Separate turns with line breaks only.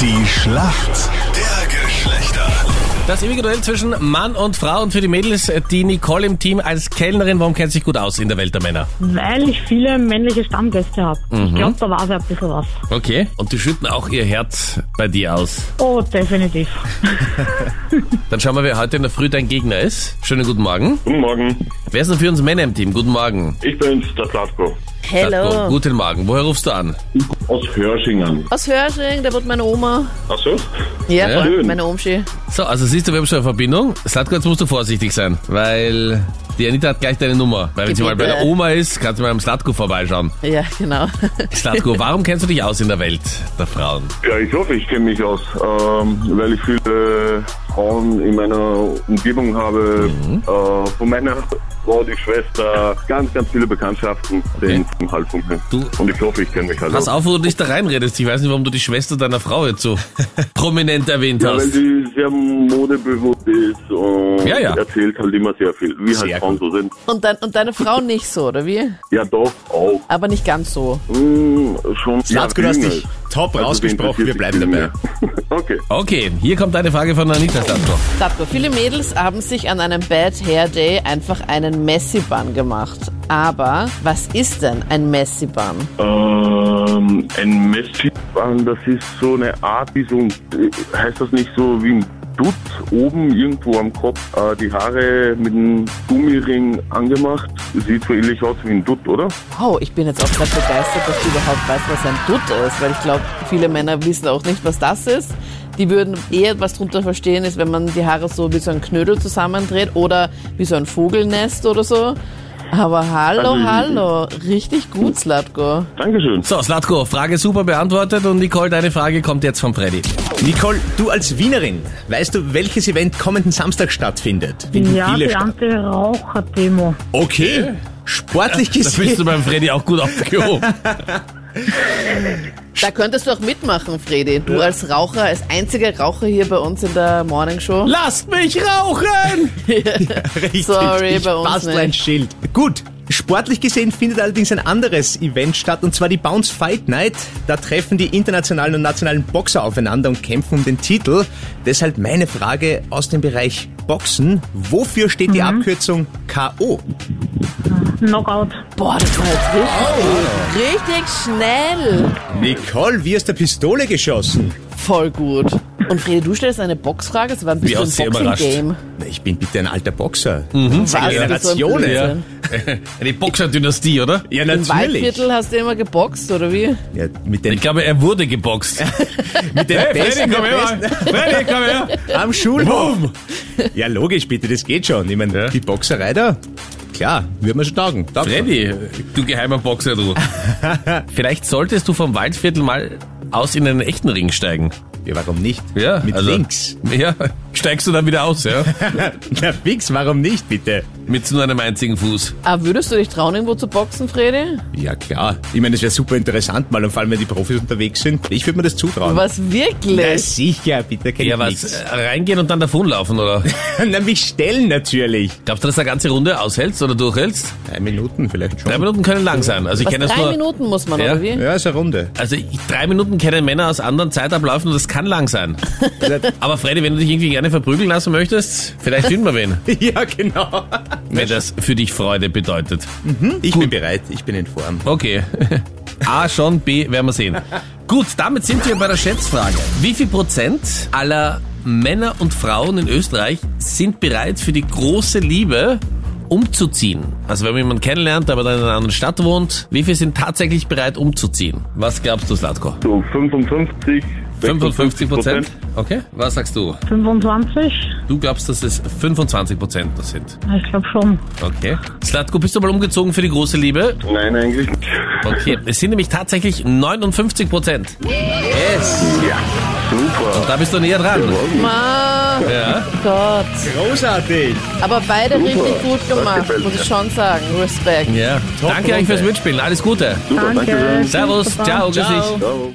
Die Schlacht der Geschlechter.
Das ewige Duell zwischen Mann und Frau und für die Mädels äh, die Nicole im Team als Kellnerin. Warum kennt sie sich gut aus in der Welt der Männer?
Weil ich viele männliche Stammgäste habe. Ich glaube, da war so ein bisschen was.
Okay. Und die schütten auch ihr Herz bei dir aus.
Oh, definitiv.
Dann schauen wir, wer heute in der Früh dein Gegner ist. Schönen guten Morgen.
Guten Morgen,
Wer ist denn für uns Männer im Team? Guten Morgen.
ich bin's, der Zlatko.
Satko,
Hello.
Guten Morgen. Woher rufst du an?
Aus Hörschingern.
Aus Hörsching, da wohnt meine Oma.
Ach so?
Ja,
Ja.
voll,
Schön.
meine Omschi.
So, also siehst du, wir haben schon eine Verbindung. Slatko, jetzt musst du vorsichtig sein, weil die Anita hat gleich deine Nummer. Weil wenn sie mal bei der
Gebiete.
Oma ist, kannst du mal am Slatko vorbeischauen.
Ja, genau.
Slatko, warum kennst du dich aus in der Welt der Frauen?
Ja, ich hoffe, ich kenne mich aus, ähm, weil ich viele Frauen in meiner Umgebung habe. Äh, von meiner Frau, die Schwester, ganz, ganz viele Bekanntschaften, den vom Halbfunken.
Du-
Und ich hoffe, ich kenne mich halt
Pass
aus.
auf, wo du dich da reinredest. Ich weiß nicht, warum du die Schwester deiner Frau jetzt so prominent erwähnt
Ja, weil
hast.
sie sehr modebewusst ist und
Ja, ja.
erzählt halt immer sehr viel, wie
Sehr
halt Frauen so sind.
Und, dein, und deine Frau nicht so, oder wie?
Ja, doch, auch.
Aber nicht ganz so.
Hm, schon.
Zlatko, du hast dich top
Also, sie
ausgesprochen, wir
interessiert
bleiben
sich
dabei.
viel mehr. okay.
Okay, hier kommt eine Frage von Anita Slatko.
Satko, viele Mädels haben sich an einem Bad Hair Day einfach einen Messi-Bun gemacht. Aber was ist denn ein Messi-Bun?
Ähm, ein Messband, das ist so eine Art, wie so ein, äh, heißt das nicht so wie ein Dutt oben irgendwo am Kopf, äh, die Haare mit einem Gummiring angemacht. Sieht so ähnlich aus wie ein Dutt, oder?
Wow, ich bin jetzt auch gerade begeistert, dass du überhaupt weißt, was ein Dutt ist, weil ich glaube, viele Männer wissen auch nicht, was das ist. Die würden eher was drunter verstehen, ist, wenn man die Haare so wie so ein Knödel zusammendreht oder wie so ein Vogelnest oder so. Aber hallo,
Also,
hallo, richtig gut, Slatko.
Dankeschön.
So, Slatko, Frage super beantwortet und Nicole, deine Frage kommt jetzt von Freddy.
Nicole, du als Wienerin, weißt du, welches Event kommenden Samstag stattfindet? Finden
ja,
viele
die
statt.
Anti-Raucher-Demo.
Okay. Sportlich
Da bist du
gesehen.
beim Freddy auch gut aufgehoben.
Da könntest du auch mitmachen, Fredi. Du als Raucher, als einziger Raucher hier bei uns in der Morning Show.
Lasst mich rauchen! Richtig.
Sorry,
ich
bei uns
bastle ein
nicht.
Schild. Gut. Sportlich gesehen findet allerdings ein anderes Event statt, und zwar die Bounce Fight Night. Da treffen die internationalen und nationalen Boxer aufeinander und kämpfen um den Titel. Deshalb meine Frage aus dem Bereich Boxen. Wofür steht die Abkürzung K.O.?
Knockout.
Boah, das war jetzt richtig, gut. richtig schnell.
Nicole, wie aus der Pistole geschossen.
Voll gut. Und Fredi, du stellst eine Boxfrage, das war ein
Wie
bisschen
aus sehr
ein
überrascht.
Boxing-Game.
Na, Ich bin bitte ein alter Boxer.
Was?
Generationen.
Bist du ein
Mhm. ja.
Blödsinn?
Eine Boxerdynastie, oder?
Ja,
Im Waldviertel hast du immer geboxt, oder wie?
Ja, mit
Ich
den,
glaube, er wurde geboxt.
mit den Besten der Besten
Freddy, komm her!
am Schulhof. Ja, logisch, bitte, das geht schon. Ich meine,
Ja.
die Boxerei da, klar, würde man schon taugen. Taugt schon.
Freddy, du geheimer Boxer, du. Vielleicht solltest du vom Waldviertel mal aus in einen echten Ring steigen.
Ja, warum nicht?
Ja,
mit
also-
links.
Ja, steigst du dann wieder aus, ja?
Na fix, warum nicht, bitte?
Mit nur einem einzigen Fuß.
Aber Ah, würdest du dich trauen, irgendwo zu boxen, Fredi?
Ja, klar. Ich meine, das wäre super interessant, mal und vor allem, wenn die Profis unterwegs sind. Ich würde mir das zutrauen.
Was
Na
wirklich?
sicher, bitte, kenn
Ja,
ich
was?
nix.
äh, Reingehen und dann davonlaufen, oder?
Na, mich stellen natürlich.
Glaubst du, dass du eine ganze Runde aushältst oder durchhältst?
Drei Minuten vielleicht schon.
Drei Minuten können lang sein. Also ich
Was,
kenne das
drei
nur.
Minuten muss man,
Ja.
oder wie?
Ja, ist eine Runde.
Also ich, drei Minuten kennen Männer aus anderen Zeitabläufen und das kann lang sein. Aber Freddy, wenn du dich irgendwie gerne verprügeln lassen möchtest, vielleicht finden wir wen,
ja, genau.
wenn das für dich Freude bedeutet.
Ich bin bereit, ich bin in Form.
Okay. A schon, B werden wir sehen. Gut, damit sind wir bei der Schätzfrage. Wie viel Prozent aller Männer und Frauen in Österreich sind bereit für die große Liebe umzuziehen? Also wenn man jemanden kennenlernt, aber dann in einer anderen Stadt wohnt, wie viel sind tatsächlich bereit umzuziehen? Was glaubst du, Slatko?
So 55,
55 Prozent? Okay. Was sagst du?
25?
Du glaubst, dass es 25 Prozent das sind.
Ich glaube schon.
Okay. Slatko, bist du mal umgezogen für die große Liebe?
Nein, eigentlich nicht.
Okay. Es sind nämlich tatsächlich 59 Prozent.
Ja, super.
Da bist du näher dran.
Ma,
Ja.
Gott.
Großartig.
Aber beide richtig gut gemacht,
gefällt
muss
mir.
ich schon sagen. Respekt.
ja. Danke euch fürs Mitspielen. Alles Gute.
Super,
Danke.
danke schön.
Servus.
Super.
Ciao. Grüß dich.
Ciao.